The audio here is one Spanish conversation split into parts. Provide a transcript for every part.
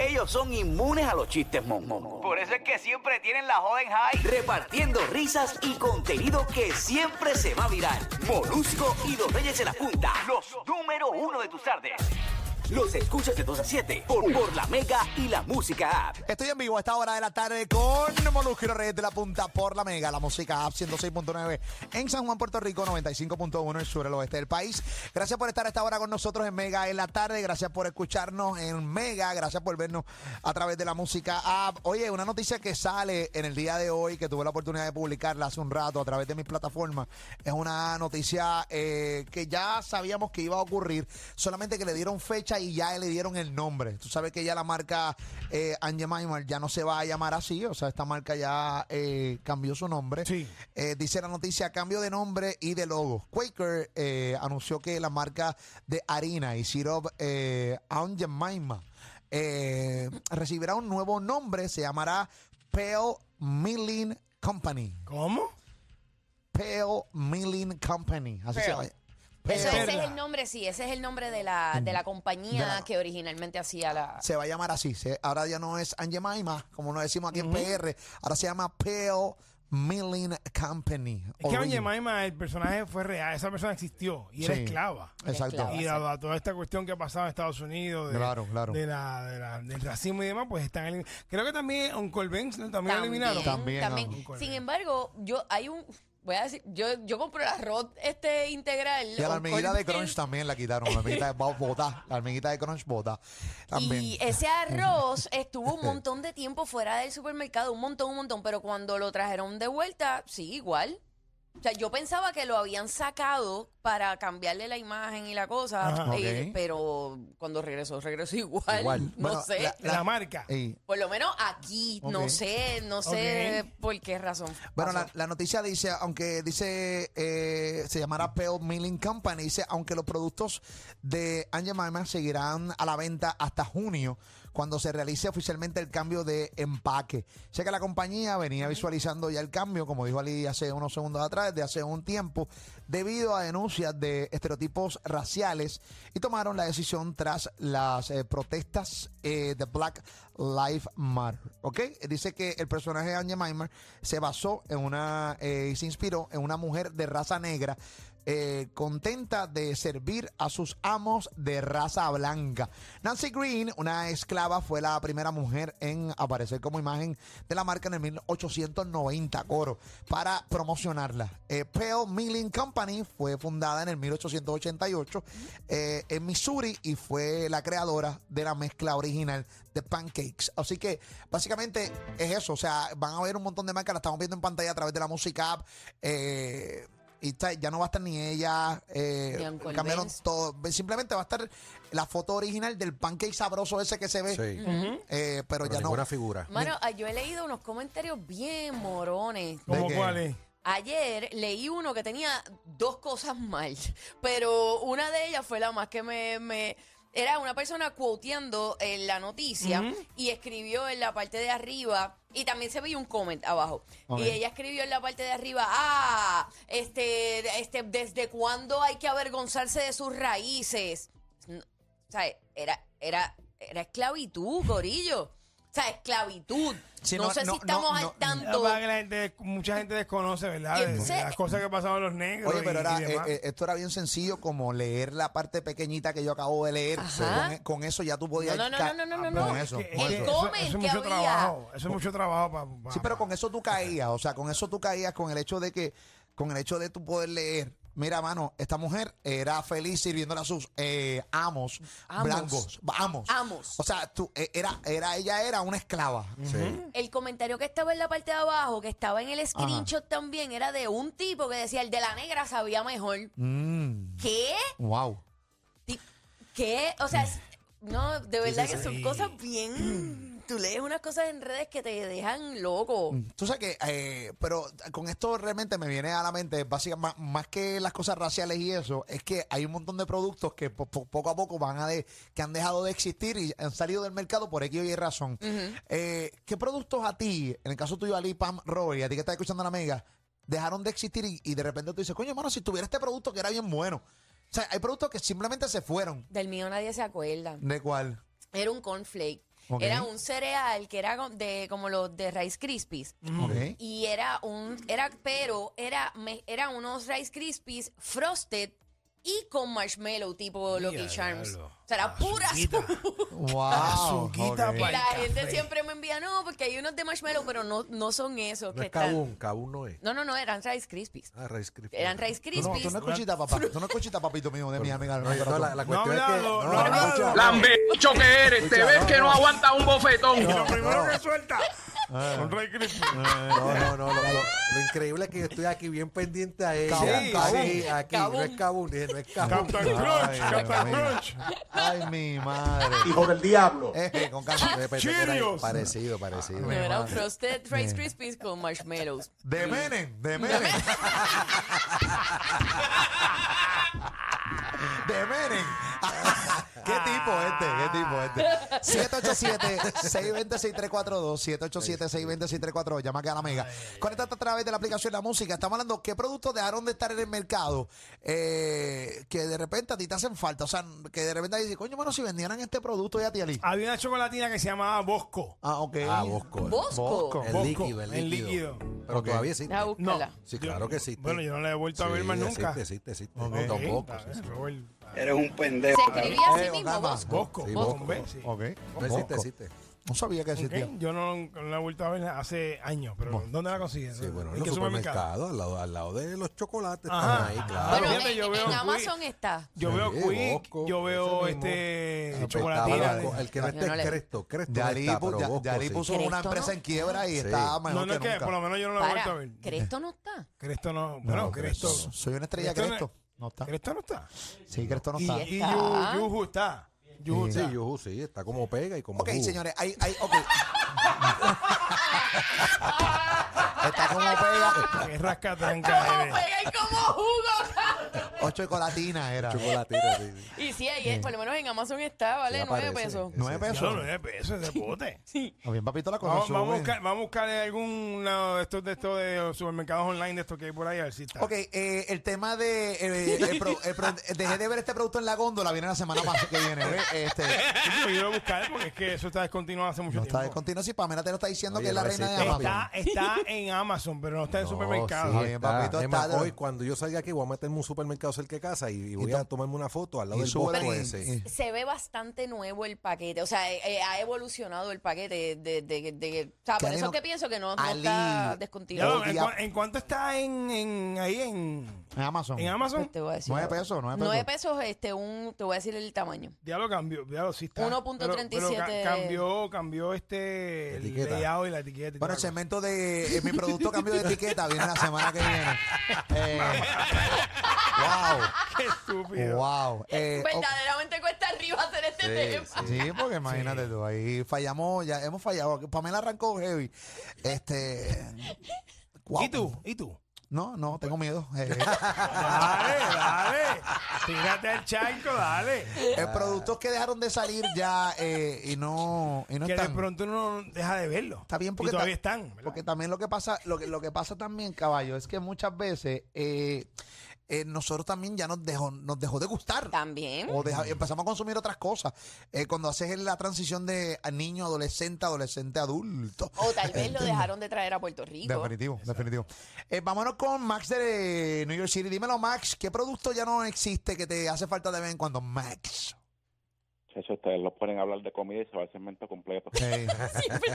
Ellos son inmunes a los chistes momos. Por eso es que siempre tienen la joven high. Repartiendo risas y contenido que siempre se va a viral. Molusco y los Reyes de la Punta. Los número uno de tus tardes. Los escuchas de 2 a 7 por, por la Mega y la Música App. Estoy en vivo a esta hora de la tarde con Molusquero Reyes de la Punta por la Mega, la música App 106.9 en San Juan, Puerto Rico, 95.1 en el sur, el oeste del país. Gracias por estar a esta hora con nosotros en Mega en la tarde, gracias por escucharnos en Mega, gracias por vernos a través de la música App. Oye, una noticia que sale en el día de hoy, que tuve la oportunidad de publicarla hace un rato a través de mis plataformas, es una noticia eh, que ya sabíamos que iba a ocurrir, solamente que le dieron fecha fecha y ya le dieron el nombre. Tú sabes que ya la marca eh, Aunt Jemima ya no se va a llamar así, o sea, esta marca ya eh, cambió su nombre. Eh, dice la noticia, cambio de nombre y de logo. Quaker eh, anunció que la marca de harina y syrup eh, Aunt Jemima eh, recibirá un nuevo nombre, se llamará Pale Milling Company. ¿Cómo? Pale Milling Company. Así se Pale. va. Eso, ese Pale. es el nombre, sí, ese es el nombre de la, de la compañía De la- que originalmente hacía la... se va a llamar así. se- ahora ya no es Aunt Jemima, como nos decimos aquí en PR. Ahora se llama Pale Milling Company. Es que Aunt Original. Jemima, el personaje fue real, esa persona existió y era Sí. esclava. Exacto. Esclava. Y dado a toda esta cuestión que ha pasado en Estados Unidos, de, Claro, claro. de la, de la- del racismo y demás, pues están eliminados. Creo que también Uncle Ben's ¿no? también, lo eliminaron. También, también. ah. Sin embargo, yo hay un... Voy a decir, yo, yo compro el arroz este integral. Y a la con- hormiguita de con- Crunch también la quitaron. La hormiguita de Bota. La hormiguita de Crunch Bota. También. Y ese arroz estuvo un montón de tiempo fuera del supermercado, un montón, un montón, pero cuando lo trajeron de vuelta, sí, igual. O sea, yo pensaba que lo habían sacado para cambiarle la imagen y la cosa, Ajá. eh, Ok. pero cuando regresó, regresó igual. Igual. No Bueno, sé. la- La, marca. Ey. Por lo menos aquí, Ok. no sé, no sé por qué razón. Bueno, pasó. la, la noticia dice, aunque dice, eh, se llamará Pale Milling Company, dice, aunque los productos de Aunt Jemima seguirán a la venta hasta junio, cuando se realice oficialmente el cambio de empaque. Sé que la compañía venía visualizando ya el cambio, como dijo Ali hace unos segundos atrás, desde hace un tiempo, debido a denuncias de estereotipos raciales y tomaron la decisión tras las eh, protestas eh, de Black Lives Matter. ¿Ok? Dice que el personaje de Aunt Jemima se basó en una eh, y se inspiró en una mujer de raza negra eh, contenta de servir a sus amos de raza blanca. Nancy Green, una esclava, fue la primera mujer en aparecer como imagen de la marca en el 1890, coro, para promocionarla. Eh, Pale Milling Company fue fundada en el 1888 eh, en Missouri y fue la creadora de la mezcla original de pancakes. Así que básicamente es eso, o sea, van a ver un montón de marcas, la estamos viendo en pantalla a través de la música app. eh, y está- ya no va a estar ni ella. eh, Ni Uncle cambiaron Ben's. todo. Simplemente va a estar la foto original del pancake sabroso ese que se ve. Sí, eh, pero, pero ya no. ninguna figura. Mano, ah, yo he leído unos comentarios bien morones. ¿De ¿Cómo qué? cuál es? Ayer leí uno que tenía dos cosas mal, pero una de ellas fue la más que me... me- era una persona quoteando en la noticia y escribió en la parte de arriba, y también se veía un comment abajo, Ok. y ella escribió en la parte de arriba, ah, este, este, ¿desde cuándo hay que avergonzarse de sus raíces? No, o sea, era, era, era esclavitud, gorillo. sea, esclavitud. Sí, no, no, sé no, si estamos no, al no. tanto. Para que la gente- mucha gente desconoce, ¿verdad? De- Entonces- de las cosas que pasaban los negros. Oye, pero y- era, y demás. eh, eh, esto era bien sencillo como leer la parte pequeñita que yo acabo de leer. e, Ajá. Con, con eso ya tú podías... No, no, no, ca- Ah, no, no, no, con no. eso, Que- con el que- eso. co- eso- eso es Comen que mucho había. trabajo. Eso es mucho trabajo para. Sí, pero con eso tú caías, o sea, con eso tú caías, con el hecho de que, con el hecho de tú poder leer. Mira, mano, esta mujer era feliz sirviéndole a sus eh, amos, Amos. blancos, amos. Amos. O sea, tú, eh, era, era, ella era una esclava. El comentario que estaba en la parte de abajo, que estaba en el screenshot también, era de un tipo que decía, el de la negra sabía mejor. ¿Qué? Wow. Ti- ¿Qué? O sea, es- no, de verdad que son cosas bien... Tú lees unas cosas en redes que te dejan loco. Tú sabes que, eh, pero con esto realmente me viene a la mente, básicamente, más, más que las cosas raciales y eso, es que hay un montón de productos que po- po- poco a poco van a de, que han dejado de existir y han salido del mercado por X o Y razón. Eh, ¿Qué productos a ti, en el caso tuyo, Ali, Pam, Roy, a ti que estás escuchando la mega, dejaron de existir y, y de repente tú dices, coño, hermano, si tuviera este producto que era bien bueno? O sea, hay productos que simplemente se fueron. Del mío nadie se acuerda. ¿De cuál? Era un cornflake. Ok. Era un cereal que era co- de como los de Rice Krispies. Mm. Ok. Y era un, era, pero era, me- era unos Rice Krispies frosted y con marshmallow tipo Lucky Charms. diablo. O sea, era pura Azuquita. azúcar. Wow. Azuquita, ok. pa- La Ay, gente café. siempre me envía, no, porque hay unos de marshmallow, pero no, no son esos No que es están. Kabum, Kabum no es. No, no, no, eran Rice Krispies. Ah, Rice Krispies. Eran Rice Tú no, Krispies. tú no escuchas, papá. Tú no escuchas, papito mío, de mi amiga. No, no, la, la No ha cuestión es Pues que... hablado, no ha escucha, hablado. Lambecho que eres, te Escucha, ves no, que no. no aguanta un bofetón. Lo primero no. Ah. que suelta. Un Ray Crispy. No, no, no. Lo, lo- lo increíble es que yo estoy aquí bien pendiente a ella. Kabum, Sí, Kabum. sí, aquí. No es Kabum, dije, no es Kabum. Captain Crunch, Ay, Captain Dios mío. Crunch. Ay, mi madre. Hijo del diablo. Eh, con calma. Yo pensé que era Cheerios. Parecido, parecido. No, eran frosted Rice Krispies con marshmallows. De Menem, de Menem. De Menem. ¿Qué tipo este? ¿Qué tipo este? 787-620-6342. 787-620-6342. Llama que a la mega. Conéctate a través de la aplicación La Música. Estamos hablando qué productos dejaron de estar en el mercado eh, que de repente a ti te hacen falta. O sea, que de repente dices, coño, bueno, si vendieran este producto ya a ti, Ali. Había una chocolatina que se llamaba Bosco. Ah, ok. Ah, Bosco. Bosco. El Bosco, líquido, el el líquido. líquido. Pero todavía existe. A búscala. Sí, claro que existe. Bueno, yo no la he vuelto a ver Sí, más nunca. Existe, existe, existe. Ok, Don Bosco, está sí, bien, sí. Robert. Se escribía así Eh, mismo, Obama. Bosco. Bosco. Sí, Bosco. Bosco. ¿ves? Sí. Ok. No Bosco. existe, existe. No sabía que existía. Ok, Yo no, no la he vuelto a ver hace años, pero ¿dónde la consigues? Sí, bueno, en ¿En los qué supermercado? supermercados, al lado, al lado de los chocolates, Ajá. están ahí, Ah, claro. Bueno, fíjate, en, yo en veo Quick. Amazon está. Yo veo Sí, Quick, Bosco, yo veo ese mismo. este Apretaba chocolatina. la co- de- El que no Yo no está le- es Cresto. Cresto no Yari, está, pu- pero ya- Bosco Yari sí. puso Cresto una no. empresa en quiebra y Sí. está mejor No, no es que que nunca. por lo menos yo no la he vuelto a Para, ver. Cresto no está. Cresto no, bueno, No, Cresto. Cresto Soy una estrella Cresto no- Cresto. No está. Cresto no está. Sí, Cresto no está. Y, y Yu- Yuju está. Yuju Sí, está. Yujú, sí, está como pega y como Ok, jugo. señores, hay, hay, ok. está como pega. Es rascatranca, bebé. Pega y como jugo. O Oh, chocolatina era. Chocolatero, sí, sí. Y sí, ahí, es, por lo menos en Amazon está, vale, Sí, nueve aparece. pesos. Nueve Ya lo pesos. nueve pesos ese bote. Ah, Bien, papito, la cosa Vamos, vamos a sube. buscar, vamos a buscar algún lado de estos de estos de los supermercados online de estos que hay por ahí a ver si está. Ok, eh, el tema de. eh, el pro- el pro- dejé de ver este producto en la góndola. Viene la semana pas- que viene. ¿ves? Este, Sí, pero yo lo voy a buscar porque es que eso está descontinuado hace mucho no está tiempo. descontinuo. Si Pamela te lo está diciendo Oye, que es la no reina de existe. Amazon. Está, está en Amazon, pero no está en No, supermercados. sí, Está bien, papito, Es está más, de- hoy cuando yo salga aquí voy a meterme un supermercado cerca de casa y, y voy a tú- tomarme una foto al lado Y del súbele bosco y- ese. y- Se ve bastante nuevo el paquete, o sea, eh, eh, ha evolucionado el paquete de... de, de, de- o sea, por Que eso no- es que pienso que no, no Ali. está Ya descontinuado. lo- ¿en, cua- en cuánto está en, en- ahí en, En Amazon. en Pues Amazon? te voy a decir. Nueve pesos, nueve pesos. Nueve pesos, este, un, te voy a decir el tamaño. Ya lo cambió, ya lo sí está. 1.37. Pero- pero ca- Cambió, cambió este el Etiqueta. layout y la etiqueta. y Bueno, el toda la segmento de eh, mi producto cambio de etiqueta viene la semana que viene. Eh, cosa. Qué estúpido. wow, wow. Eh, o- Verdaderamente cuesta arriba hacer este tema. sí, porque imagínate tú, ahí fallamos, ya hemos fallado. Pamela arrancó heavy. Este. wow. ¿Y tú? ¿Y tú? No, no, tengo miedo. Eh, Dale, dale. Tírate al charco, dale. eh, productos que dejaron de salir ya eh, y no, y no que de están. pronto uno deja de verlo. Está bien porque y todavía ta- están. ¿verdad? Porque también lo que pasa, lo que, lo que pasa también, caballo, es que muchas veces eh, eh, nosotros también ya nos dejó, nos dejó de gustar. También. O Mm. deja- empezamos a consumir otras cosas. Eh, cuando haces la transición de a niño, adolescente, adolescente, adulto. O tal vez Este, lo dejaron de traer a Puerto Rico. Definitivo, definitivo. Eh, vámonos con Max de eh, New York City. Dímelo, Max, ¿qué producto ya no existe que te hace falta de vez en cuando? Max. Chacho, ustedes los ponen a hablar de comida y se va el segmento completo.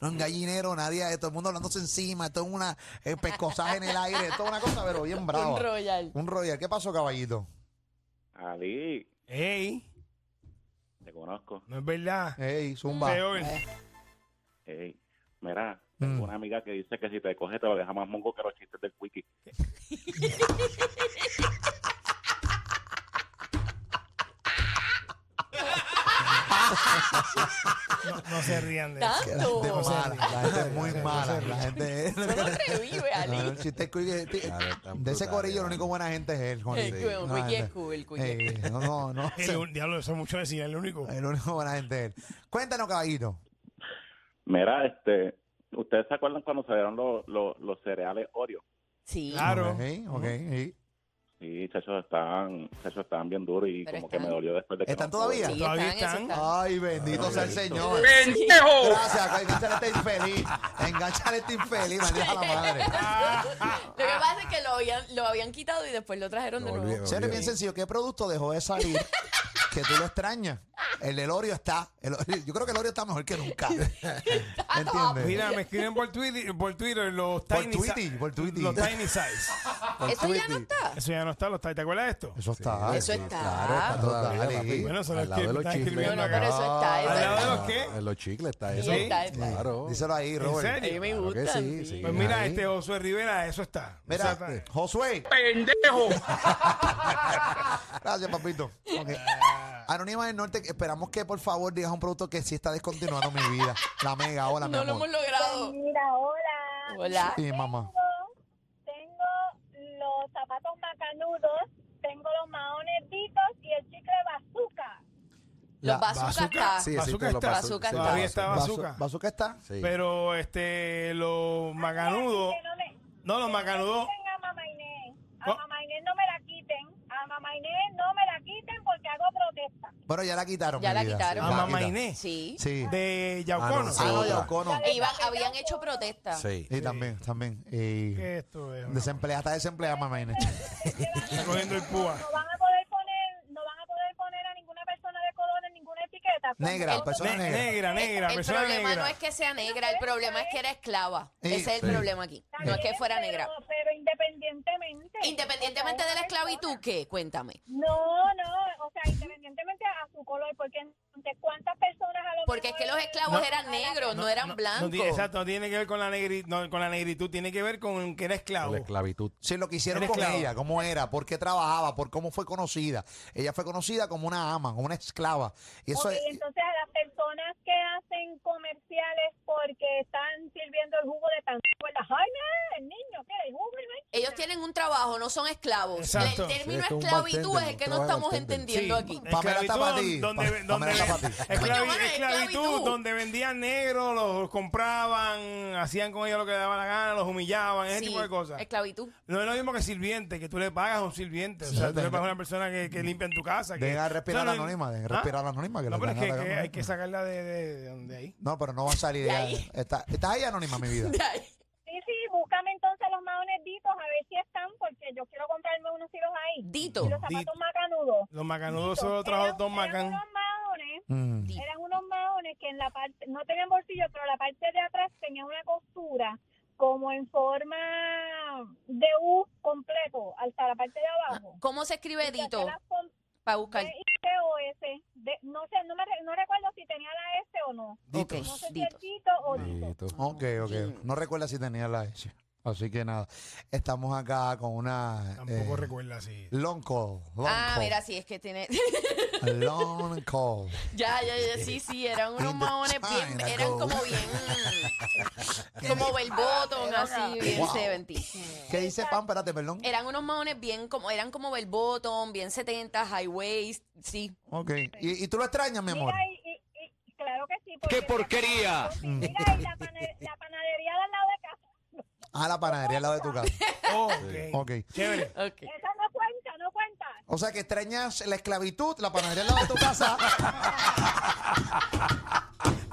no en gallinero, nadie, eh, todo el mundo hablándose encima, todo una eh, pescosaje en el aire, todo una cosa, pero bien brava. Un Royal. Un Royal. ¿Qué pasó, caballito? Ali, Ey, te conozco. no es verdad. Ey, zumba. Peor. Eh. Ey, mira, Mm. tengo una amiga que dice que si te coge te lo deja más mongo que los chistes del wiki. No, no se rían de eso. La gente Tanto. es mala, la gente es muy No se mala. ríe. La gente es- No revive, No, Ali. el chiste es que- de ese brutal, corillo, ¿no? lo único buena gente es él, Juan. El cu- No, el cuiqui es gente- cool, el cuiqui es Ey, No, no, no. Pues El un- diablo, eso es mucho decir, es el único. El único buena gente es él. Cuéntanos, caballito. Mira, este, ¿ustedes se acuerdan cuando salieron los, los, los cereales Oreo? Sí. Claro. Ok, ok. y- Sí, chachos, estaban, chachos, estaban bien duros y Pero como están- que me dolió después de que ¿Están no- todavía? Sí, Todavía están, eso están. está. Ay, bendito sea el Señor. oh, ¡Pendejo! Gracias, enganchale a este infeliz. Enganchale a este infeliz, maldita la madre. Lo que pasa es que lo habían, lo habían quitado y después lo trajeron de Lo nuevo. volvieron. Señores, bien sencillo. ¿Qué producto dejó de salir que tú lo extrañas? El del Oreo está. el Oreo- yo creo que el Oreo está mejor que nunca. ¿Entiendes? Mira, me escriben por Twitter, por Twitter los Por tiny si- Twitter, por Twitter. Los tiny size. Ah, Eso pues ya no está. Eso ya no está, los tiny. ¿Te acuerdas de esto? Eso está. Eso sí, está. Claro, está todavía, Dale. papi. Bueno, son los Al lado que de los están chicles. escribiendo No, no, pero eso está, eso Ah, ¿Al lado de está. los qué? En los chicles está eso. Sí, está eso. Claro. Díselo ahí, ¿En Robert. A mí serio? me Claro que gusta. sí, sí. Pues mira, Ahí. este Josué Rivera, eso está. Mira, eh, Eso está. Josué. ¡Pendejo! Gracias, papito. Ok. Ah. Anónima del Norte, esperamos que por favor digas un producto que sí está descontinuando mi vida. La mega, hola, mi No lo amor. hemos logrado. Pues Mira, hola. Hola. Sí, mamá. Tengo los zapatos macanudos, tengo los maonetitos y el chicle bazooka. La- Los bazooka está. Sí, Bazooka existen los está. Bazooka sí, está. Todavía está Bazu- Bazooka. Bazooka está. Sí. Pero este, los macanudos. Que no me- No, los que no me macanudos. quiten A mamá Inés. A ¿Cómo? mamá Inés no me la quiten. A mamá Inés no me la quiten porque hago protesta. Bueno, ya la quitaron. Ya mi la vida. quitaron. A Ah, la Mamá quitaron. Inés. Sí. Sí. De Ah, Yaucono. no, sí. Ah, no, otra. Yaucono. E iban- habían hecho protesta. Sí. Y también, también. Y ¿Qué esto es? desemplea, está desempleada, mamá Inés. Está cogiendo el púa. No van a poder poner, no van a poder poner a ninguna persona de color en ninguna etiqueta. Negra, persona Ne- negra. negra, negra, El persona problema negra. no es que sea negra, el problema es que era esclava. Sí. Ese es el Sí. problema aquí. No es que fuera Pero- negra. Pero independientemente. Independientemente O sea, de la una esclavitud, persona- ¿qué? Cuéntame. No, no, o sea, independientemente a su color, porque de cuántas personas a lo Porque es mejor- que los esclavos eran negros, no, eran blancos. No tiene- exacto, no tiene que ver con la, negri- no, con la negritud, tiene que ver con que era esclavo. La esclavitud. Sí, lo que hicieron Eres con esclavo. ella, cómo era, por qué trabajaba, por cómo fue conocida. Ella fue conocida como una ama, como una esclava. Y eso Ok, es- entonces a las personas que hacen comerciales porque están sirviendo el jugo de tan las ay, mira, el niño, mira, el jugo, mira. Ellos tienen un trabajo, no son esclavos. Exacto. El Sí, término esto es un esclavitud es bartender, el que un no trabajo de estamos bartender. entendiendo Sí, aquí. Pamela esclavitud Tapatí. donde, Pa- donde- Pamela Tapatí. esclavi- Coño, mano, esclavitud, esclavitud. donde vendían negros, los compraban, hacían con ellos lo que les daba la gana, los humillaban, ese Sí, tipo de cosas. Esclavitud. No es lo mismo que sirviente, que tú le pagas a un sirviente. O Sí, sea, tú le deja- pagas a una persona que, que limpia en tu casa. Que, Deja respirar o sea, no- ¿Ah? anónima, deja respirar anónima, que la no, pero es que, dejan que hablar. hay que sacarla de, de, de donde ahí. no, pero no va a salir. De ella- ahí. está- estás ahí anónima, mi vida. Sí, sí, búscame entonces los maonetitos a ver si están, porque yo quiero comprarme unos hilos ahí. Dito. Y los zapatos Dito. macanudos. Los macanudos solo trajo Eran- dos macan. Eran unos maones Mm. Sí. Eran unos maones que en la parte, no tenían bolsillo, pero la parte de atrás tenía una costura como en forma de U completo, hasta la parte de abajo. ¿Cómo se escribe Y Dito? hacía las con- Para buscar. de I, o S. De- no sé, no, me, re- no recuerdo si tenía la S o no. Ok, No sé si Dito. es Dito o Dito. Dito. Ok, ok. No recuerda si tenía la S. Así que nada, estamos acá con una... Tampoco eh, recuerda así. Long call. Long Ah, call. mira, sí, es que tiene. Long call. ya, ya, ya, sí, sí, eran unos In the maones bien. China Eran go. como bien. como verboton, así, bien Wow. 70. ¿Qué dice Pam? Espérate, perdón. Eran unos maones bien como, eran como bottom, bien 70, high waist, sí. Ok. eh, ¿Y, y tú lo extrañas, mi amor? Mira, y, y- y- claro que sí. porque- porquería! Mira, y la, pane- la panadería de al lado de casa. A la panadería al lado de tu casa. Ok. Chévere. Esa no cuenta, no cuenta. O sea que extrañas la esclavitud, la panadería al lado de tu casa.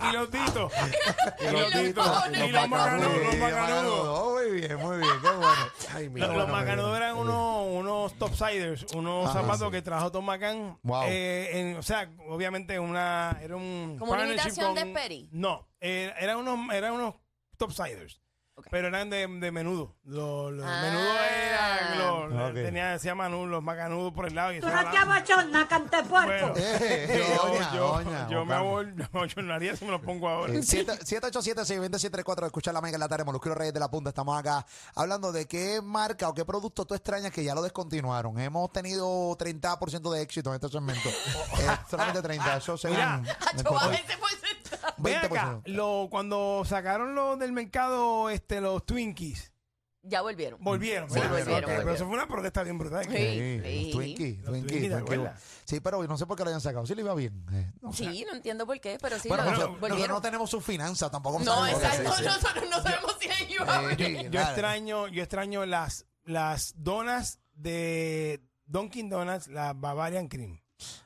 Y los ditos. Y los ditos. pajones. Y los macanudos. Los Sí, macanudos. macanudo. Oh, Muy bien, muy bien, qué bueno. Ay, Los, los macanudos eran unos, unos topsiders, unos Ajá, zapatos sí. que trajo Tom Macan. eh, Wow. o sea, obviamente una, era un Como una partnership imitación de Perry. No, eh, eran unos, eran unos topsiders. Pero eran de, de menudo. Los, los Ah. menudo eran. Los, Ok. tenía, decía Manu, los macanudos por el lado. Y eso era- bochorna, cante Bueno, Eh, eh, yo, doña, yo- doña, yo me Ocampo. Eh, abochornaría si me los pongo ahora. 787-620-734, escucha la mega en la tarde, Molusquero Reyes de la Punta. Estamos acá hablando de qué marca o qué producto tú extrañas que ya lo descontinuaron. Hemos tenido 30% de éxito en este segmento. Eh, solamente 30, eso se Mira, Hacho, baja ese porcentaje. Ven acá, 20%. lo, cuando sacaron los del mercado este, los Twinkies, Ya volvieron. volvieron. Sí, ¿verdad? volvieron, Ok, Pero volvieron. eso fue una protesta bien brutal. Sí. Sí, los Twinkie, Los Twinkie, Twinkie, ¿te Twinkie. acuerdas? Sí, pero no sé por qué lo hayan sacado. Sí, le iba bien. eh. Sí, no entiendo por qué, pero sí, bueno, lo- pero lo- nosotros volvieron. no tenemos sus finanzas tampoco. No, sabemos. exacto, Sí, sí. nosotros no sabemos si ahí iba a Eh, abrir. sí, Yo nada. extraño, yo extraño las, las donas de Dunkin' Donuts, la Bavarian Cream.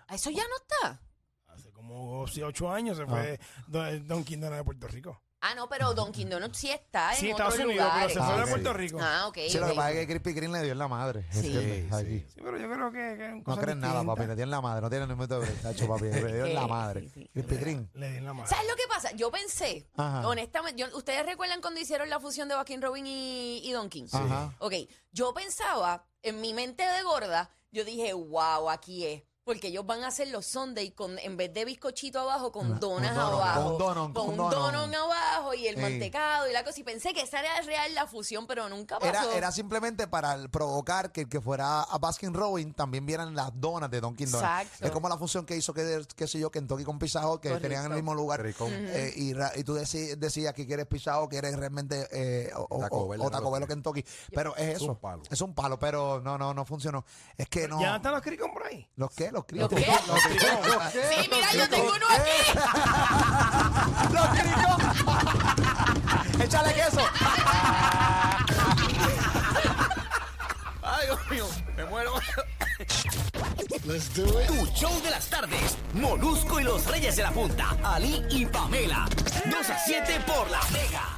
Ah, Eso ya no está. Hace como 8 años se fue Don- Dunkin' Donuts de Puerto Rico. Ah, no, pero Dunkin' Donuts sí está Ah, en Sí, otros Estados Unidos, pero lugares. se fue Ah, de ok. Puerto Rico. Ah, ok. Sí, lo que ok. pasa es que Krispy Kreme le dio en la madre. ¿entiendes? Aquí. Sí, pero yo creo que, que No cosas creen nada, distintas. papi. Le dieron la madre. No tienen ni minuto de break, tacho, papi. Le dieron la Sí, madre. sí, sí. Krispy Kreme. Le di en la madre. ¿Sabes lo que pasa? Yo pensé, Ajá. honestamente, yo- ¿ustedes recuerdan cuando hicieron la fusión de Baskin Robin y, y Dunkin'? Ajá. Ok, yo pensaba, en mi mente de gorda, yo dije, wow, aquí es. Porque ellos van a hacer los Sunday con, en vez de bizcochito abajo, con Una- donas un donon, abajo. con un donon, con Con un un donon. donon abajo y el Sí. mantecado y la cosa. Y pensé que esa era real la fusión, pero nunca pasó. Era, era simplemente para el- provocar que el que fuera a Baskin Robin también vieran las donas de Dunkin' Donuts. Exacto. Es como la función que hizo, que, qué sé yo, Kentucky con Pizza Hut, que Correcto. tenían en el mismo lugar. Eh, y, ra- y tú deci- decías que quieres Pizza Hut, que eres realmente eh, o, o- Taco o- Bell o era Taco lo Bell o que- Kentucky. Pero es eso. Es un palo. Es un palo, pero no, no, no funcionó. Es que no... Ya están los cricos por ahí. ¿Los qué? ¿Los cri- ¿Los qué? Los cricos. Los Sí, mira, yo tengo uno aquí. cricos. Échale queso. Tu show de las tardes. Molusco y los Reyes de la Punta. Ali y Pamela. 2 a 7 por la Vega.